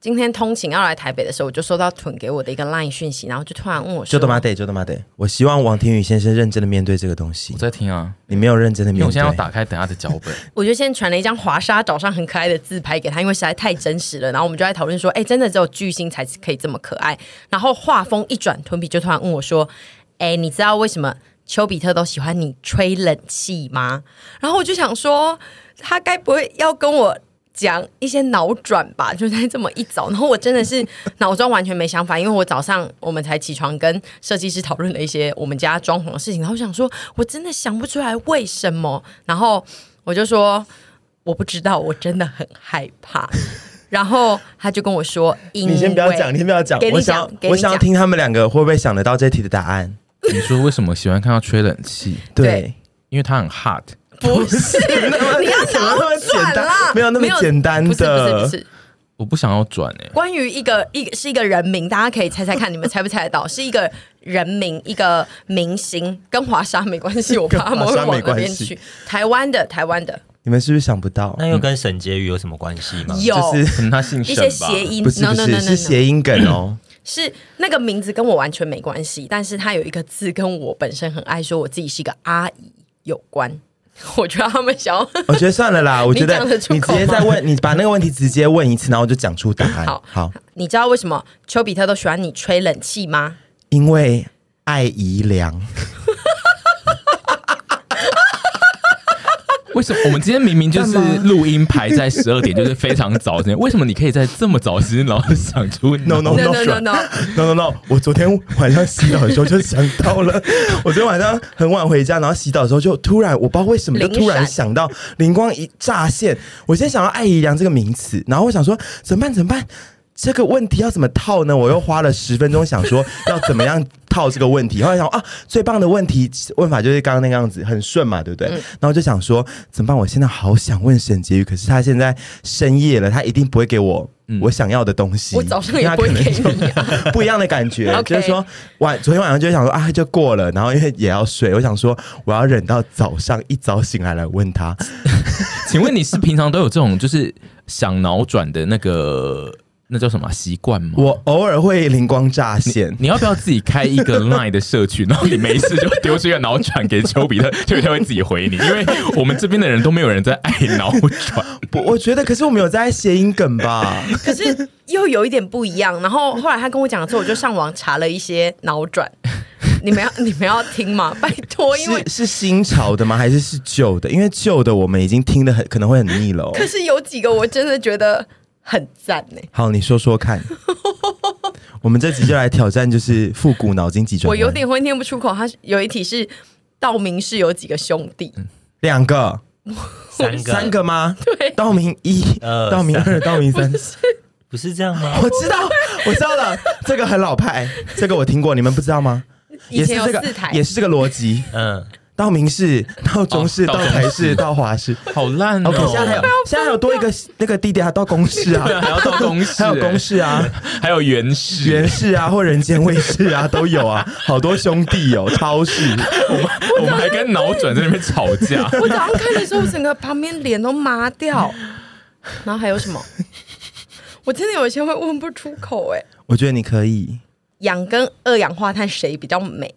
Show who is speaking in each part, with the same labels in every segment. Speaker 1: 今天通勤要来台北的时候，我就收到屯给我的一个 LINE 讯息，然后就突然问我
Speaker 2: 就
Speaker 1: 说
Speaker 2: 他妈得，就他妈得。我希望王天宇先生认真的面对这个东西
Speaker 3: 我。在听啊，
Speaker 2: 你没有认真的
Speaker 3: 因
Speaker 2: 面对。
Speaker 3: 为我现在要打开等下的脚 本，
Speaker 1: 我就先传了一张华沙岛上很可爱的自拍给他，因为实在太真实了。然后我们就在讨论说，哎、真的只有巨星才可以这么可爱。然后话锋一转，屯比就突然问我说，哎、你知道为什么丘比特都喜欢你吹冷气吗？然后我就想说，他该不会要跟我。讲一些脑转吧，就在这么一早，然后我真的是脑中完全没想法，因为我早上我们才起床跟设计师讨论了一些我们家装潢的事情，然后我想说我真的想不出来为什么，然后我就说我不知道，我真的很害 怕。然后他就跟我说：“因
Speaker 2: 你先不要
Speaker 1: 为
Speaker 2: 讲，你先不要讲
Speaker 1: 给，你
Speaker 2: 我想要
Speaker 1: 讲给你
Speaker 2: 我想要
Speaker 1: 讲
Speaker 2: 听他们两个会不会想得到这题的答案。
Speaker 3: 你说为什么喜欢看到吹冷气？
Speaker 2: 对，
Speaker 3: 因为它很 hot。
Speaker 1: 不是，你要
Speaker 2: 怎么那么简
Speaker 1: 转
Speaker 2: 单
Speaker 1: 啦，
Speaker 2: 没有那么简单的
Speaker 1: 不是不是不是。
Speaker 3: 我不想要转哎、
Speaker 1: 关于一个一个是一个人名，大家可以猜猜看，你们猜不猜得到？是一个人名，一个明星，跟华沙没关系，我怕他们会
Speaker 2: 跟华沙
Speaker 1: 往
Speaker 2: 没
Speaker 1: 那
Speaker 2: 关系
Speaker 1: 边去。台湾的，台湾的
Speaker 2: 你们是不是想不到？
Speaker 4: 那又跟沈婕妤有什么关系吗？
Speaker 1: 嗯有
Speaker 2: 就是
Speaker 3: 可能他姓
Speaker 1: 一
Speaker 3: 沈
Speaker 1: 些
Speaker 3: 吧。
Speaker 1: 谐音
Speaker 2: 不是
Speaker 1: ，no
Speaker 2: 不
Speaker 1: no
Speaker 2: 是
Speaker 1: no no，
Speaker 2: 是谐音梗 哦。
Speaker 1: 是那个名字跟我完全没关系，但是它有一个字跟我本身很爱说我自己是一个阿姨有关。 我觉得他们想要
Speaker 2: 我哦觉得算了啦，我觉
Speaker 1: 你
Speaker 2: 得
Speaker 1: 讲得出
Speaker 2: 你直
Speaker 1: 口
Speaker 2: 接
Speaker 1: 吗
Speaker 2: 再问，你把那个问题直接问一次，然后我就讲出答 案。
Speaker 1: 好你知道为什么丘比特都喜欢你吹冷气吗？
Speaker 2: 因为爱姨良，
Speaker 3: 为什么我们今天明明就是录音排在十二 点，就是非常早的时间，为什么你可以在这么早的时间然后想出
Speaker 2: No, no, 我
Speaker 1: no
Speaker 2: no
Speaker 1: no no no，
Speaker 2: no no no，我昨天晚上洗澡的时候就想到了，我昨天晚上很晚回家，然后洗澡的时候就突然，我不知道为什么就突
Speaker 1: 灵
Speaker 2: 然
Speaker 1: 闪
Speaker 2: 想到灵光一乍现，我先想到爱姨良这个名词，然后我想说怎么办怎么办。这个问题要怎么套呢？我又花了十分钟想说要怎么样套这个问题，后来想啊，最棒的问题问法就是刚刚那个样子，很顺嘛，对不对？然后就想说怎么办？我现在好想问沈婕妤，可是她现在深夜了，她一定不会给我我想要的东西。
Speaker 1: 我早上
Speaker 2: 因
Speaker 1: 也
Speaker 2: 为她
Speaker 1: 不会
Speaker 2: 可能
Speaker 1: 给
Speaker 2: 就
Speaker 1: 你啊。
Speaker 2: 不一样的感觉
Speaker 1: OK
Speaker 2: 就是说晚昨天晚上就会想说啊就过了，然后因为也要睡，我想说我要忍到早上一早醒来来问 他，
Speaker 3: 请问你是平常都有这种就是想脑转的那个那叫什么啊习惯吗？
Speaker 2: 我偶尔会灵光乍现。
Speaker 3: 你要不要自己开一 个 LINE 的社区，然后你没事就丢出一个脑转给丘比特， 丘比特会自己回你，因为我们这边的人都没有人在爱脑转。
Speaker 2: 我我觉得，可是我们有在谐音梗吧？
Speaker 1: 可是又有一点不一样。然后后来他跟我讲了之后，我就上网查了一些脑 转。你们要你们要听吗？拜托，因为
Speaker 2: 是是新潮的吗？还是是旧的？因为旧的我们已经听得很可能会很腻了哦。
Speaker 1: 可是有几个我真的觉得很赞呢、
Speaker 2: 好，你说 说看。我们这集就来挑战，就是复古脑筋急转
Speaker 1: 我
Speaker 2: 弯。
Speaker 1: 有点会念不出口。他有一题是道明寺有几个兄弟，
Speaker 2: 嗯两个、
Speaker 4: 三个
Speaker 2: 三个吗？对，道明一、
Speaker 4: 二
Speaker 2: 道明二、道明三。
Speaker 4: 不是这样吗？
Speaker 2: 我知道，我知道了，这个很老派，这个我听过，你们不知道吗？
Speaker 1: 以前有
Speaker 2: 也是这
Speaker 1: 四
Speaker 2: 个
Speaker 1: 台，，
Speaker 2: 也是这个逻辑，
Speaker 4: 嗯，
Speaker 2: 到明市、到中市、
Speaker 3: 哦到
Speaker 2: 到
Speaker 3: 中
Speaker 2: 台市、
Speaker 3: 市
Speaker 2: 到华市。
Speaker 3: 好烂哦、
Speaker 2: OK，现在还有现在还有多一个那个地点，还到公市啊
Speaker 3: 对，啊，还要到公式、
Speaker 2: 还有公
Speaker 3: 式，
Speaker 2: 市啊、
Speaker 3: 还有原始，
Speaker 2: 原市啊或人间卫视啊 都有啊，好多兄弟哦，超市。
Speaker 3: 我们还跟脑转在那边吵 架。
Speaker 1: 我早上看的时候，我整个旁边脸都麻掉。然后还有 什么？我真的有一些会问不出口哎、
Speaker 2: 我觉得你可以，
Speaker 1: 氧跟二氧化碳谁比较美？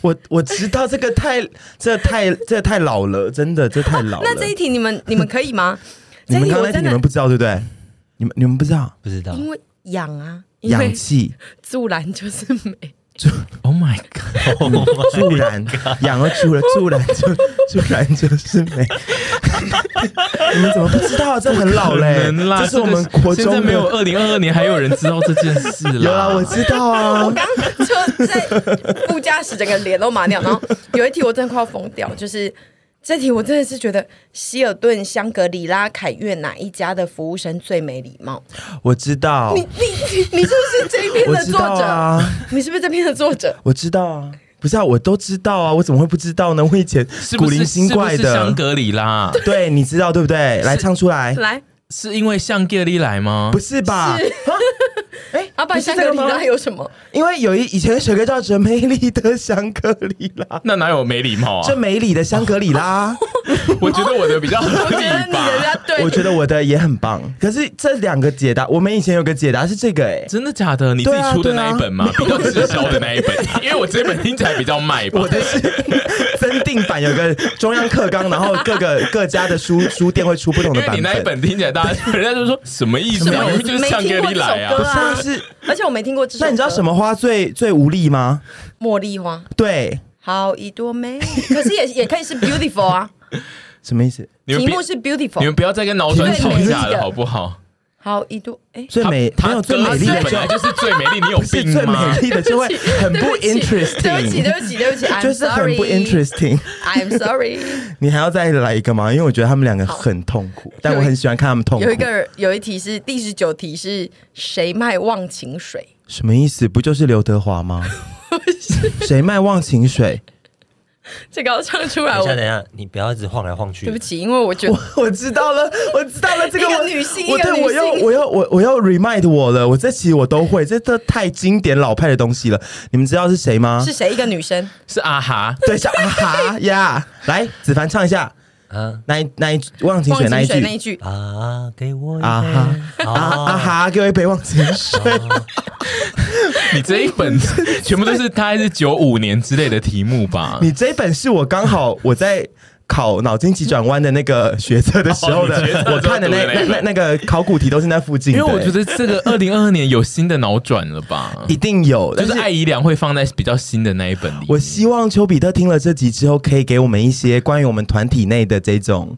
Speaker 2: 我我知道这个太这太这太老了，真的这太老了。
Speaker 1: 啊那这一题你们你们可以吗？
Speaker 2: 你
Speaker 1: 这一
Speaker 2: 们
Speaker 1: 题
Speaker 2: 刚
Speaker 1: 我
Speaker 2: 才
Speaker 1: 真
Speaker 2: 你
Speaker 1: 的
Speaker 2: 们不知道对不对？你们你们不知道
Speaker 4: 不知道。
Speaker 1: 因为氧啊，因
Speaker 2: 氧
Speaker 1: 为
Speaker 2: 气。
Speaker 1: 助燃就是美。
Speaker 3: Oh my god！
Speaker 2: 助 燃，养了助了助燃就助燃就是 美。你们怎么不知道？这很老嘞、
Speaker 3: 可能啦
Speaker 2: 这是我们
Speaker 3: 这个
Speaker 2: 国
Speaker 3: 现在
Speaker 2: 中的。
Speaker 3: 没有二零二二年还有人知道这件事啦。
Speaker 2: 有啊，我知道啊
Speaker 1: 我。刚就在副驾驶整个脸都麻掉，然后有一题我真的快要疯掉，就是这题我真的是觉得希尔顿、香格里拉、凯悦哪一家的服务生最没礼貌？
Speaker 2: 我知道啊
Speaker 1: 你，你你你是不是这一篇
Speaker 2: 哦我
Speaker 1: 的
Speaker 2: 知
Speaker 1: 作
Speaker 2: 道
Speaker 1: 者？
Speaker 2: 啊，
Speaker 1: 你是不是这篇的作者？
Speaker 2: 我知道啊。不是啊，我都知道啊，我怎么会不知道呢？我以前
Speaker 3: 是
Speaker 2: 古
Speaker 3: 不
Speaker 2: 灵
Speaker 3: 是
Speaker 2: 精怪
Speaker 3: 是不是香
Speaker 2: 的，
Speaker 3: 格里拉？
Speaker 2: 对，你知道对不对？来唱出来，
Speaker 1: 来，
Speaker 3: 是因为香格里来吗
Speaker 2: 不？是吧？哎，
Speaker 1: 阿爸
Speaker 2: 不是
Speaker 1: 香
Speaker 2: 这
Speaker 1: 格
Speaker 2: 个
Speaker 1: 里
Speaker 2: 吗
Speaker 1: 拉有什么？
Speaker 2: 因为有一以前有一个叫《哲美丽的香格里拉》，
Speaker 3: 哦那哪有没礼貌啊
Speaker 2: 这？美里的香格里拉，
Speaker 3: 我觉得我的比较合
Speaker 1: 我觉
Speaker 3: 理
Speaker 1: 得你
Speaker 3: 吧
Speaker 1: 的。比较 对，
Speaker 2: 我觉得我的也很棒。可是这两个解答，我们以前有个解答是这个、欸，
Speaker 3: 真的假的？你自己出的那一本吗？比较滞销的那一本，因为啊我这本听起来比较卖吧。
Speaker 2: 我的是增订版，有个中央课纲，然后各个各家的书书店会出不同的
Speaker 3: 因为
Speaker 2: 版
Speaker 3: 你那一
Speaker 2: 本。
Speaker 3: 本听起来，大家人家就说什么意思
Speaker 1: 什
Speaker 3: 啊？
Speaker 1: 么
Speaker 3: 明
Speaker 1: 意
Speaker 3: 明
Speaker 1: 思
Speaker 3: 就是唱歌里来
Speaker 1: 没听过这首歌
Speaker 3: 啊
Speaker 1: 啊。
Speaker 2: 不是，是
Speaker 1: 而且我没听过这首歌。
Speaker 2: 那你知道什么花最最无力吗？
Speaker 1: 茉莉花，
Speaker 2: 对，
Speaker 1: 好一朵美，可是也也可以是 beautiful 啊。
Speaker 2: 什么意思？
Speaker 3: 你们
Speaker 1: 题
Speaker 3: 别
Speaker 1: 目是
Speaker 3: 啊你
Speaker 1: beautiful，
Speaker 3: 们不要再跟脑转吵架
Speaker 1: 对
Speaker 3: 了，好不好？
Speaker 1: 好一朵哎，
Speaker 2: 最美
Speaker 3: 他
Speaker 2: 没有
Speaker 3: 他
Speaker 2: 最美丽的
Speaker 3: 歌词本来
Speaker 2: 就
Speaker 3: 就是最美丽，你有
Speaker 2: 不是
Speaker 3: 病
Speaker 2: 最
Speaker 3: 吗
Speaker 2: 美？丽的就会很不
Speaker 1: 对不起对不起，
Speaker 2: interesting，
Speaker 1: 对不起，对不起，I'm
Speaker 2: 就是很不 interesting。
Speaker 1: I'm sorry。
Speaker 2: 你还要再来一个吗？因为我觉得他们两个很痛苦，但我很喜欢看他们痛苦。
Speaker 1: 有一个有一题是第十九题是谁卖忘情水？
Speaker 2: 什么意思？不就是刘德华 吗？谁卖忘情水？
Speaker 1: 这个要唱出来
Speaker 4: 等一
Speaker 1: 我。
Speaker 4: 下，等一下，你不要一直晃来晃去。
Speaker 1: 对不，起，因为我觉得
Speaker 2: 我我知道了，我知道了，这
Speaker 1: 一
Speaker 2: 我
Speaker 1: 个女性
Speaker 2: 我
Speaker 1: 一个
Speaker 2: 对
Speaker 1: 女性
Speaker 2: 我又我又我我又 remind 我了，我这期我都会，这这太经典老派的东西了。你们知道是谁吗？
Speaker 1: 是谁一个女生？
Speaker 3: 是啊哈，
Speaker 2: 对，是啊 哈呀，来子凡唱一下
Speaker 4: 啊
Speaker 2: 那一那一忘情
Speaker 1: 忘
Speaker 2: 水那
Speaker 1: 情水
Speaker 2: 一
Speaker 1: 那一
Speaker 2: 句
Speaker 1: 句，哦
Speaker 4: 啊，给我一
Speaker 2: 啊
Speaker 4: 杯
Speaker 2: 哈啊啊哈，给我一杯忘情 水。
Speaker 3: 你这一 本全部都是大概是九五年之类的题目吧？
Speaker 2: 你这一本是我刚好我在考脑筋急转弯的那个学测的时候的
Speaker 3: 哦你学测的，时候
Speaker 2: 我看的那
Speaker 3: 读的那
Speaker 2: 那
Speaker 3: 一
Speaker 2: 那
Speaker 3: 本
Speaker 2: 那个考古题都是那附近
Speaker 3: 因
Speaker 2: 的、
Speaker 3: 为我觉
Speaker 2: 欸
Speaker 3: 得这个二零二二年有新的脑转了 吧？
Speaker 2: 一定有，
Speaker 3: 就
Speaker 2: 但
Speaker 3: 是
Speaker 2: 是
Speaker 3: 艾怡良会放在比较新的那一本里。
Speaker 2: 我希望丘比特听了这集之后，可以给我们一些关于我们团体内的这种，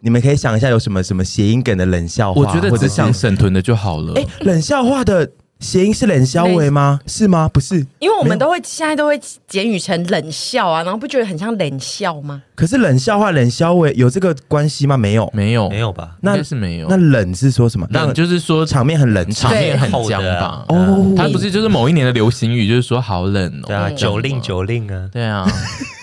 Speaker 2: 你们可以想一下有什么什么谐音梗的冷笑话，
Speaker 3: 我觉得
Speaker 2: 或者
Speaker 3: 只
Speaker 2: 是
Speaker 3: 想沈屯的就好了
Speaker 2: 哎、。冷笑话的谐音是冷笑话吗？是吗？不是，
Speaker 1: 因为我
Speaker 2: 没
Speaker 1: 们
Speaker 2: 有
Speaker 1: 都会现在都会简语成冷笑啊，然后不觉得很像冷笑吗？
Speaker 2: 可是冷笑话冷笑话有这个关系吗？没有，
Speaker 3: 没有，
Speaker 4: 没有吧？
Speaker 3: 应
Speaker 2: 那
Speaker 3: 该是没有
Speaker 2: 那。冷是说什么？
Speaker 3: 那
Speaker 2: 让
Speaker 3: 就是说
Speaker 2: 场面很冷
Speaker 3: 场面很僵
Speaker 4: 对
Speaker 3: 吧
Speaker 4: 啊？
Speaker 2: 哦。
Speaker 3: 他不是就是某一年的流行语，就是说好冷
Speaker 4: 对
Speaker 3: 哦。
Speaker 4: 啊，
Speaker 1: 嗯
Speaker 4: 九令九令啊，
Speaker 3: 对啊，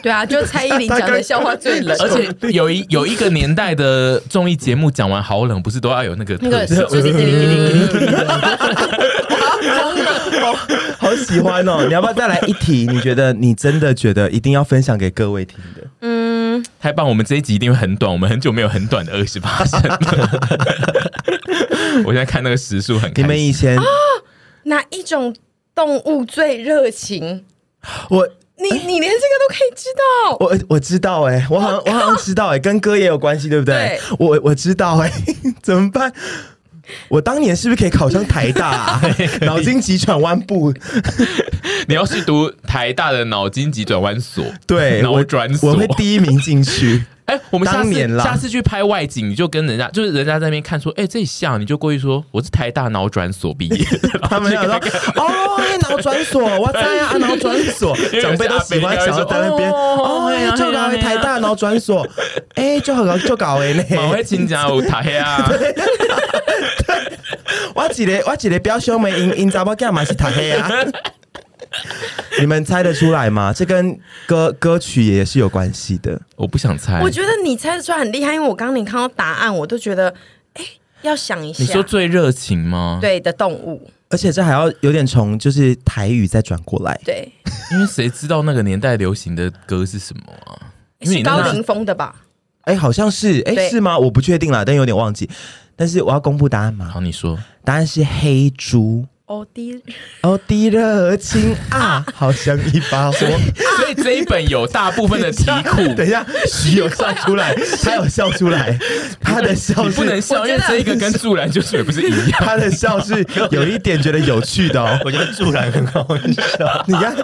Speaker 1: 对啊，就蔡依林讲的笑话最冷，
Speaker 3: 而且有一有一个年代的综艺节目讲完好冷，不是都要有那个
Speaker 1: 那个
Speaker 3: 特
Speaker 1: 就是
Speaker 2: 好喜欢哦！你要不要再来一题？你觉得你真的觉得一定要分享给各位听的？
Speaker 1: 嗯，
Speaker 3: 太棒！我们这一集一定会很短，我们很久没有很短的二十八声了。 我现在看那个时数很
Speaker 2: 你
Speaker 3: 开
Speaker 2: 们
Speaker 3: 心。
Speaker 2: 以前
Speaker 1: 哪一种动物最热情？
Speaker 2: 我
Speaker 1: 你你连这个都可以知道，
Speaker 2: 我我知道哎、我好像我好像知道哎、跟歌也有关系，对不对？我我知道哎、 怎么办？我当年是不是可以考上台大、 啊？脑筋急转弯部，
Speaker 3: 你要是读台大的脑筋急转弯所，
Speaker 2: 对
Speaker 3: 脑
Speaker 2: 我
Speaker 3: 转
Speaker 2: 我
Speaker 3: 所，
Speaker 2: 会第一名进去。
Speaker 3: 哎、我们下
Speaker 2: 当年
Speaker 3: 次
Speaker 2: 啦
Speaker 3: 下次去拍外景，你就跟人家就是人家在那边看说，哎、这里像，你就过去说我是台大脑转所 毕业的，
Speaker 2: 他们想说，哦，哎脑转所，我在 啊，脑转所，长辈都喜欢想要在那边，哦，哎就搞台大脑转所，哎，就好就搞哎呢。
Speaker 3: 马会亲家有 台啊，
Speaker 2: 我一个 我一个表兄妹，因因查某囝嘛是读黑啊。 你们猜得出来吗？这跟歌歌曲也是有关系的。
Speaker 3: 我不想
Speaker 2: 哎
Speaker 3: 猜。
Speaker 1: 我觉得你猜得出来很厉害，因为我刚刚你看到答案，我都觉得，哎，要想一
Speaker 3: 你说
Speaker 1: 下，
Speaker 3: 最热情吗？，
Speaker 1: 对的动物，
Speaker 2: 而且这还要有点从就是台语再转过来，
Speaker 1: 对，
Speaker 3: 因为谁知道那个年代流行的歌是什么啊？因
Speaker 1: 是
Speaker 3: 为你那
Speaker 1: 高凌风的吧？
Speaker 2: 哎、好像是，哎、
Speaker 1: 对
Speaker 2: 是吗？我不确定啦，但有点忘记。但是我要公布答案吗？
Speaker 3: 好，你说
Speaker 2: 答案是黑猪。
Speaker 1: 哦，第一，
Speaker 2: 哦，的热情啊， 好像一把火。
Speaker 3: 所以这一本有大部分的题库，
Speaker 2: 等一下，徐有笑出来， 他有笑出来，他的笑
Speaker 3: 你不能
Speaker 2: 是，
Speaker 3: 笑，
Speaker 1: 我
Speaker 3: 因
Speaker 1: 觉
Speaker 3: 为
Speaker 1: 得
Speaker 3: 这一个跟助燃就是也不是一样。
Speaker 2: 他的笑 是有一点觉得有趣的哦。
Speaker 4: 我觉得助燃很好笑。
Speaker 2: 你看，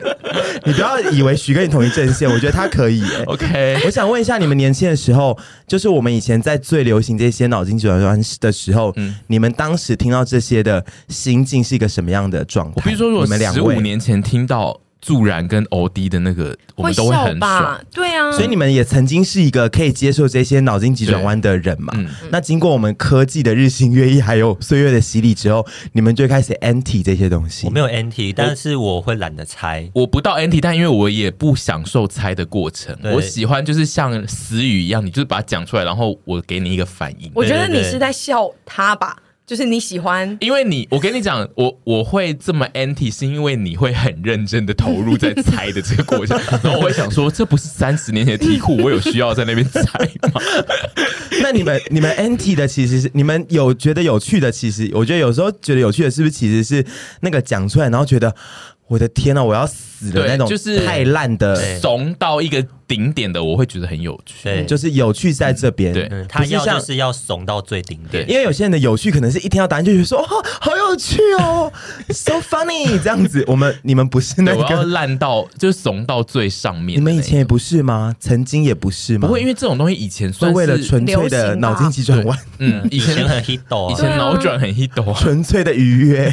Speaker 2: 你不要以为徐跟你同一阵线，我觉得他可以、欸。
Speaker 3: OK，
Speaker 2: 我想问一下，你们年轻的时候，就是我们以前在最流行这些脑筋急转弯的时候，
Speaker 3: 嗯
Speaker 2: 你们当时听到这些的心境是一个什么样的状
Speaker 3: 我
Speaker 2: 态？
Speaker 3: 必须说，如果
Speaker 2: 你们两
Speaker 3: 十
Speaker 2: 位
Speaker 3: 五，年前听到助燃跟 OD 的那个，我们都会
Speaker 1: 笑
Speaker 3: 很爽。
Speaker 1: 吧？对啊，
Speaker 2: 所以你们也曾经是一个可以接受这些脑筋急转弯的人嘛？
Speaker 3: 对嗯
Speaker 2: 那经过我们科技的日新月异，还有岁月的洗礼之后，你们就开始 anti 这些东西。
Speaker 4: 我没有 NT，但是我会懒得猜。
Speaker 3: 我不到 NT，但因为我也不享受猜的过程，
Speaker 4: 对
Speaker 3: 我喜欢就是像死语一样，你就是把它讲出来，然后我给你一个反应。
Speaker 1: 我觉得
Speaker 4: 对对
Speaker 1: 你
Speaker 4: 对
Speaker 1: 是在笑他吧？就是你喜欢
Speaker 3: 因为你，我跟你讲，我我会这么 anti，是因为你会很认真的投入在猜的这个 过程，然后我会想说，这不是三十年前的题库，我有需要在那边猜 吗？
Speaker 2: 那你们你们 anti 的其实是你们有觉得有趣的，其实我觉得有时候觉得有趣的，是不是其实是那个讲出来，然后觉得我的天啊呐、我要死了
Speaker 3: 对
Speaker 2: 那种，
Speaker 3: 就是
Speaker 2: 太烂的，
Speaker 4: 对
Speaker 3: 怂到一个顶点的，我会觉得很有趣。
Speaker 4: 对，
Speaker 2: 就是有趣是在这边。
Speaker 3: 对
Speaker 4: 嗯，
Speaker 2: 不
Speaker 4: 他
Speaker 2: 是
Speaker 4: 要
Speaker 2: 像
Speaker 4: 嗯就是要怂到最顶点。
Speaker 2: 因为有些人的有趣可能是一听到答案就觉得说哦，好有趣哦，so funny 这样子。我们你们不是 那
Speaker 3: 对，我要
Speaker 2: 个，
Speaker 3: 烂到就是怂到最上面。
Speaker 2: 你们以前也不是吗？曾经也不是吗？
Speaker 3: 不会，因为这种东西以前
Speaker 2: 是
Speaker 3: 算
Speaker 2: 为了
Speaker 3: 是
Speaker 2: 纯粹
Speaker 1: 流
Speaker 2: 的
Speaker 1: 行吧
Speaker 2: 脑筋急转弯，
Speaker 3: 嗯，以
Speaker 4: 以前
Speaker 3: 前
Speaker 4: 很 hit 到
Speaker 3: 以
Speaker 4: 啊，
Speaker 3: 前脑转很 hit 啊，
Speaker 2: 纯粹的愉悦。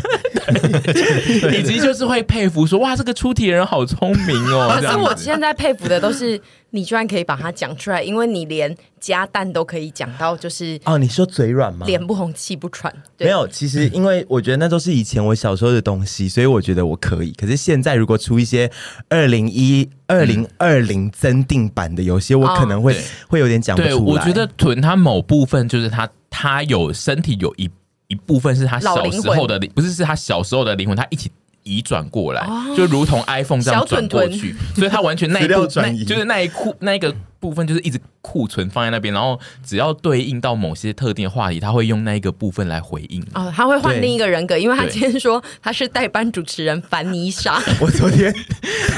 Speaker 3: 以及就是会佩服说哇，这个出题人好聪明 哦。
Speaker 1: 可
Speaker 3: 这
Speaker 1: 是
Speaker 3: 样
Speaker 1: 我
Speaker 3: 子
Speaker 1: 现在佩服的都是你居然可以把它讲出来，因为你连加蛋都可以讲到，就是
Speaker 2: 哦，你说嘴软吗？
Speaker 1: 脸不红气不喘。
Speaker 2: 没
Speaker 1: 对，
Speaker 2: 有，其实因为我觉得那都是以前我小时候的东西，所以我觉得我可以。可是现在如果出一些二零一、二零二
Speaker 1: 嗯
Speaker 2: 零增订版的游戏，我可能会、
Speaker 3: 对
Speaker 2: 会有点讲不出
Speaker 3: 对，
Speaker 2: 来。
Speaker 3: 我觉得屯他某部分就是他他有身体有一一部分是他
Speaker 1: 老
Speaker 3: 小
Speaker 1: 灵
Speaker 3: 时候的灵，不是是他小时候的灵魂，他一起。移转过来，就如同 iPhone 这样
Speaker 1: 哦小
Speaker 3: 转
Speaker 1: 屯
Speaker 3: 过
Speaker 1: 屯
Speaker 3: 去，所以他完全那一
Speaker 2: 资料
Speaker 3: 部
Speaker 2: 转移
Speaker 3: 那就是那一库那一个部分就是一直库存放在那边，然后只要对应到某些特定的话题，他会用那一个部分来回应。
Speaker 1: 哦，他会换另一个人格，因为他
Speaker 3: 对
Speaker 1: 今天说他是代班主持人凡妮莎，
Speaker 2: 我昨天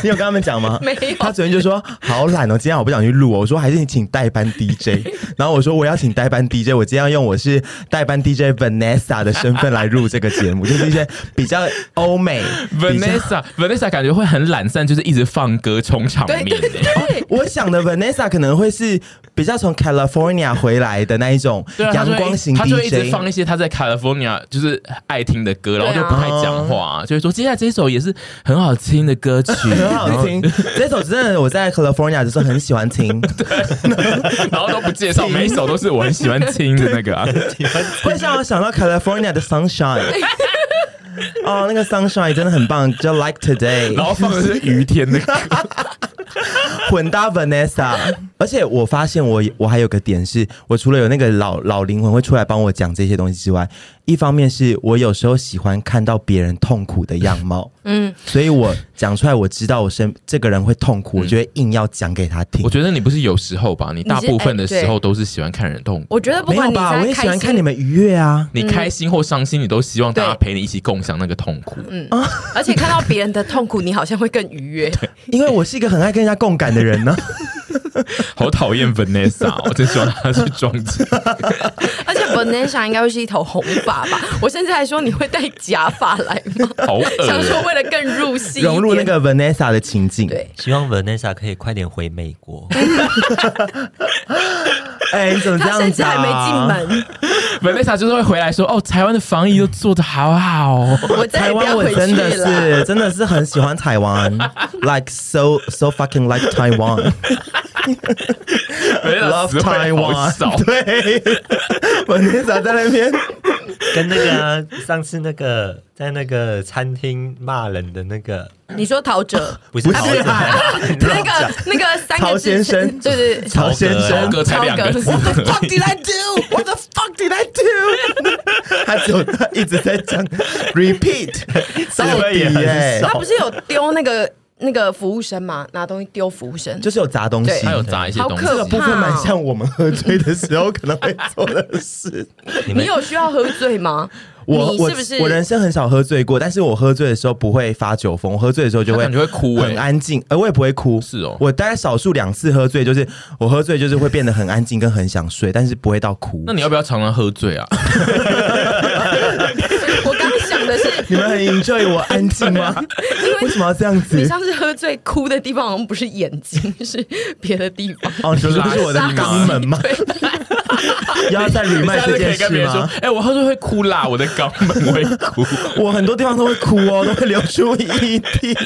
Speaker 2: 你有跟他们讲吗？
Speaker 1: 没有
Speaker 2: 他昨天就说好懒哦，今天我不想去录哦。我说还是你请代班 DJ，然后我说我要请代班 DJ，我今天要用我是代班 DJ Vanessa 的身份来录这个节目，就是一些比较欧美。比较
Speaker 3: Vanessa Vanessa 感觉会很懒散，就是一直放歌充场面、
Speaker 1: 对对对
Speaker 3: 欸。
Speaker 1: 对。
Speaker 2: 我想的 Vanessa 可能会是比较从 California 回来的那一种
Speaker 3: 对啊，他
Speaker 2: 阳
Speaker 3: 就会
Speaker 2: 光型
Speaker 3: 他就会一直
Speaker 2: DJ，
Speaker 3: 放一些他在 California 就是爱听的歌，然后
Speaker 1: 对
Speaker 3: 就
Speaker 1: 啊
Speaker 3: 不太讲话、就会说接下来这一首也是很好听的歌曲，
Speaker 2: 很好听。这首真的我在 California 的时候很喜欢 听，
Speaker 3: 然后都不介绍，每一首都是我很喜欢听的那个啊。
Speaker 2: 会让我想到 California 的 Sunshine。哦，那个 Sunshine 真的很棒，就 Like
Speaker 3: 然
Speaker 2: Today，
Speaker 3: 后放的是于天的歌，
Speaker 2: 混搭 Vanessa。而且我发现我我还有个点是，我除了有那个老老灵魂会出来帮我讲这些东西之外，一方面是我有时候喜欢看到别人痛苦的样貌，嗯，所以我讲出来，我知道我身这个人会痛苦，我就会硬要讲给他听
Speaker 3: 我。觉得你不是有时候吧，你大部分的时候都是喜欢看人痛苦。
Speaker 1: 我觉嗯得不
Speaker 2: 没
Speaker 1: 管
Speaker 2: 有
Speaker 1: 你
Speaker 2: 吧？我也
Speaker 1: 在
Speaker 2: 喜
Speaker 1: 开
Speaker 2: 欢看你
Speaker 1: 心，
Speaker 2: 们愉悦啊。
Speaker 3: 你开心或伤心，你都希望大家
Speaker 1: 对
Speaker 3: 陪你一起共享那个痛苦。
Speaker 1: 而且看到别人的痛苦，你好像会更愉 悦。
Speaker 2: 因为我是一个很爱跟人家共感的 人呢、
Speaker 3: 好讨厌 Vanessa，哦我真希望她去撞击。
Speaker 1: 而且 Vanessa 应该会是一头红发 吧？我甚至还说你会戴假发来吗？
Speaker 3: 好恶哦
Speaker 1: 想说为了更入戏一点，
Speaker 2: 融入那个 Vanessa 的情境。
Speaker 1: 对，
Speaker 4: 希望 Vanessa 可以快点回美国。
Speaker 2: 哎、你怎么这
Speaker 1: 他
Speaker 2: 样
Speaker 1: 甚
Speaker 2: 子、
Speaker 1: 至
Speaker 2: 啊？
Speaker 1: 还没进门，
Speaker 3: Vanessa 就是会回来说：“哦，台湾的防疫都做得好好、 哦。”
Speaker 1: 我再
Speaker 2: 台
Speaker 1: 也不
Speaker 2: 湾
Speaker 1: 要
Speaker 2: 我
Speaker 1: 回
Speaker 2: 真
Speaker 1: 去
Speaker 2: 的
Speaker 1: 了。
Speaker 2: 是真的是很喜欢台湾，like so so fucking like Taiwan
Speaker 3: ，Vanessa
Speaker 2: love
Speaker 3: 词汇好
Speaker 2: Taiwan
Speaker 3: 少。。
Speaker 2: 对，Vanessa 在那边，
Speaker 4: 跟那个啊、 上次那个在那个餐厅骂人的那个，
Speaker 1: 你说陶 喆，
Speaker 4: 不是啊
Speaker 2: 不是
Speaker 4: 陶喆，
Speaker 1: 那个那个三
Speaker 2: 曹
Speaker 1: 个
Speaker 2: 先
Speaker 1: 字
Speaker 2: 生
Speaker 1: 对对对。
Speaker 2: 曹先
Speaker 4: 曹
Speaker 2: 生
Speaker 3: 哥才两个字
Speaker 1: 曹格
Speaker 2: ，What did I do? What the fuck did I do? 他只有他一直在讲 repeat，
Speaker 4: 词汇也
Speaker 2: 到底
Speaker 4: 很
Speaker 2: 耶
Speaker 1: 他
Speaker 4: 少
Speaker 1: 不。是有丢那个那个服务生吗？拿东西丢服务生，
Speaker 2: 就是有砸东西
Speaker 1: 对，
Speaker 3: 他有砸一些东西，
Speaker 1: 好可
Speaker 2: 部
Speaker 1: 怕
Speaker 2: 分蛮像我们喝醉的时候可能会做的事。
Speaker 1: 你
Speaker 4: 你们
Speaker 1: 有需要喝醉吗？
Speaker 2: 我
Speaker 1: 你
Speaker 2: 我
Speaker 1: 是不是
Speaker 2: 我人生很少喝醉过，但是我喝醉的时候不会发酒疯，我喝醉的时候就
Speaker 3: 他
Speaker 2: 会
Speaker 3: 感觉会哭欸
Speaker 2: 很安静，呃，我也不会哭，
Speaker 3: 是哦
Speaker 2: 我大概少数两次喝醉，就是我喝醉就是会变得很安静跟很想睡，但是不会到哭
Speaker 3: 那。你要不要常常喝醉啊？
Speaker 1: 我刚想的是，
Speaker 2: 你们很 enjoy 我安静 吗？ 为什么要这样
Speaker 1: 你
Speaker 2: 子？
Speaker 1: 上次喝醉哭的地方好像不是眼睛，是别的地方。
Speaker 2: 哦，你说不是我的
Speaker 1: 拉屎
Speaker 2: 肛门吗？要再 r e m
Speaker 3: 下
Speaker 2: 这
Speaker 3: 次可
Speaker 2: 件
Speaker 3: 以跟
Speaker 2: 事
Speaker 3: 别人说
Speaker 2: 吗？：“
Speaker 3: 哎、我喝醉会哭啦，我的肛门会 哭。
Speaker 2: 我很多地方都会哭哦，都会流出一滴。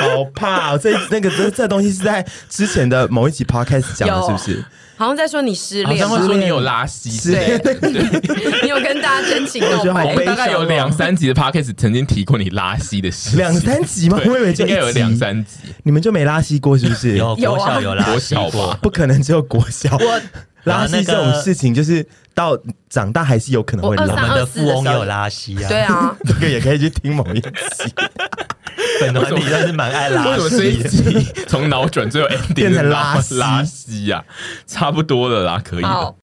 Speaker 2: 好怕、哦，这那个这这东西是在之前的某一集 podcast 讲的，是不是？
Speaker 1: 好像在说你失”
Speaker 3: 好
Speaker 1: 恋
Speaker 3: 像
Speaker 1: 吗，
Speaker 3: 会说你有拉稀。
Speaker 1: 对，你有跟大家真情告
Speaker 2: 我觉得好
Speaker 1: 白
Speaker 3: 我
Speaker 2: 悲
Speaker 3: 们大概有两三集的 podcast 曾经提过你拉稀的事情，
Speaker 2: 两三集吗？
Speaker 3: 对
Speaker 2: 我以为就
Speaker 3: 应
Speaker 2: 一集
Speaker 3: 该有两，三集。
Speaker 2: 你们就没拉稀过是不是？
Speaker 4: 有
Speaker 1: 有
Speaker 4: 国
Speaker 1: 啊
Speaker 4: 小有啦，
Speaker 3: 国小吧
Speaker 4: 过
Speaker 2: 不可能只有国小。
Speaker 1: 我
Speaker 2: 拉
Speaker 4: 然
Speaker 2: 稀
Speaker 4: 后那
Speaker 2: 这
Speaker 4: 个
Speaker 2: 种事情，就是到长大还是有可能会
Speaker 1: 我
Speaker 4: 我
Speaker 1: 23
Speaker 2: 拉。
Speaker 4: 们的富翁
Speaker 1: 24的时候
Speaker 4: 有拉稀啊，
Speaker 1: 对，啊，
Speaker 2: 这个也可以去听某一集，
Speaker 4: 本团里算是蛮爱
Speaker 3: 为
Speaker 4: 拉
Speaker 3: 什么这
Speaker 4: 稀
Speaker 3: 一
Speaker 4: 的。
Speaker 3: 集从脑转最后 ending
Speaker 2: 变成
Speaker 3: 是
Speaker 2: 拉
Speaker 3: 拉啊
Speaker 2: 稀
Speaker 3: 拉稀呀、差不多了啦，可以
Speaker 1: 好
Speaker 3: 了。，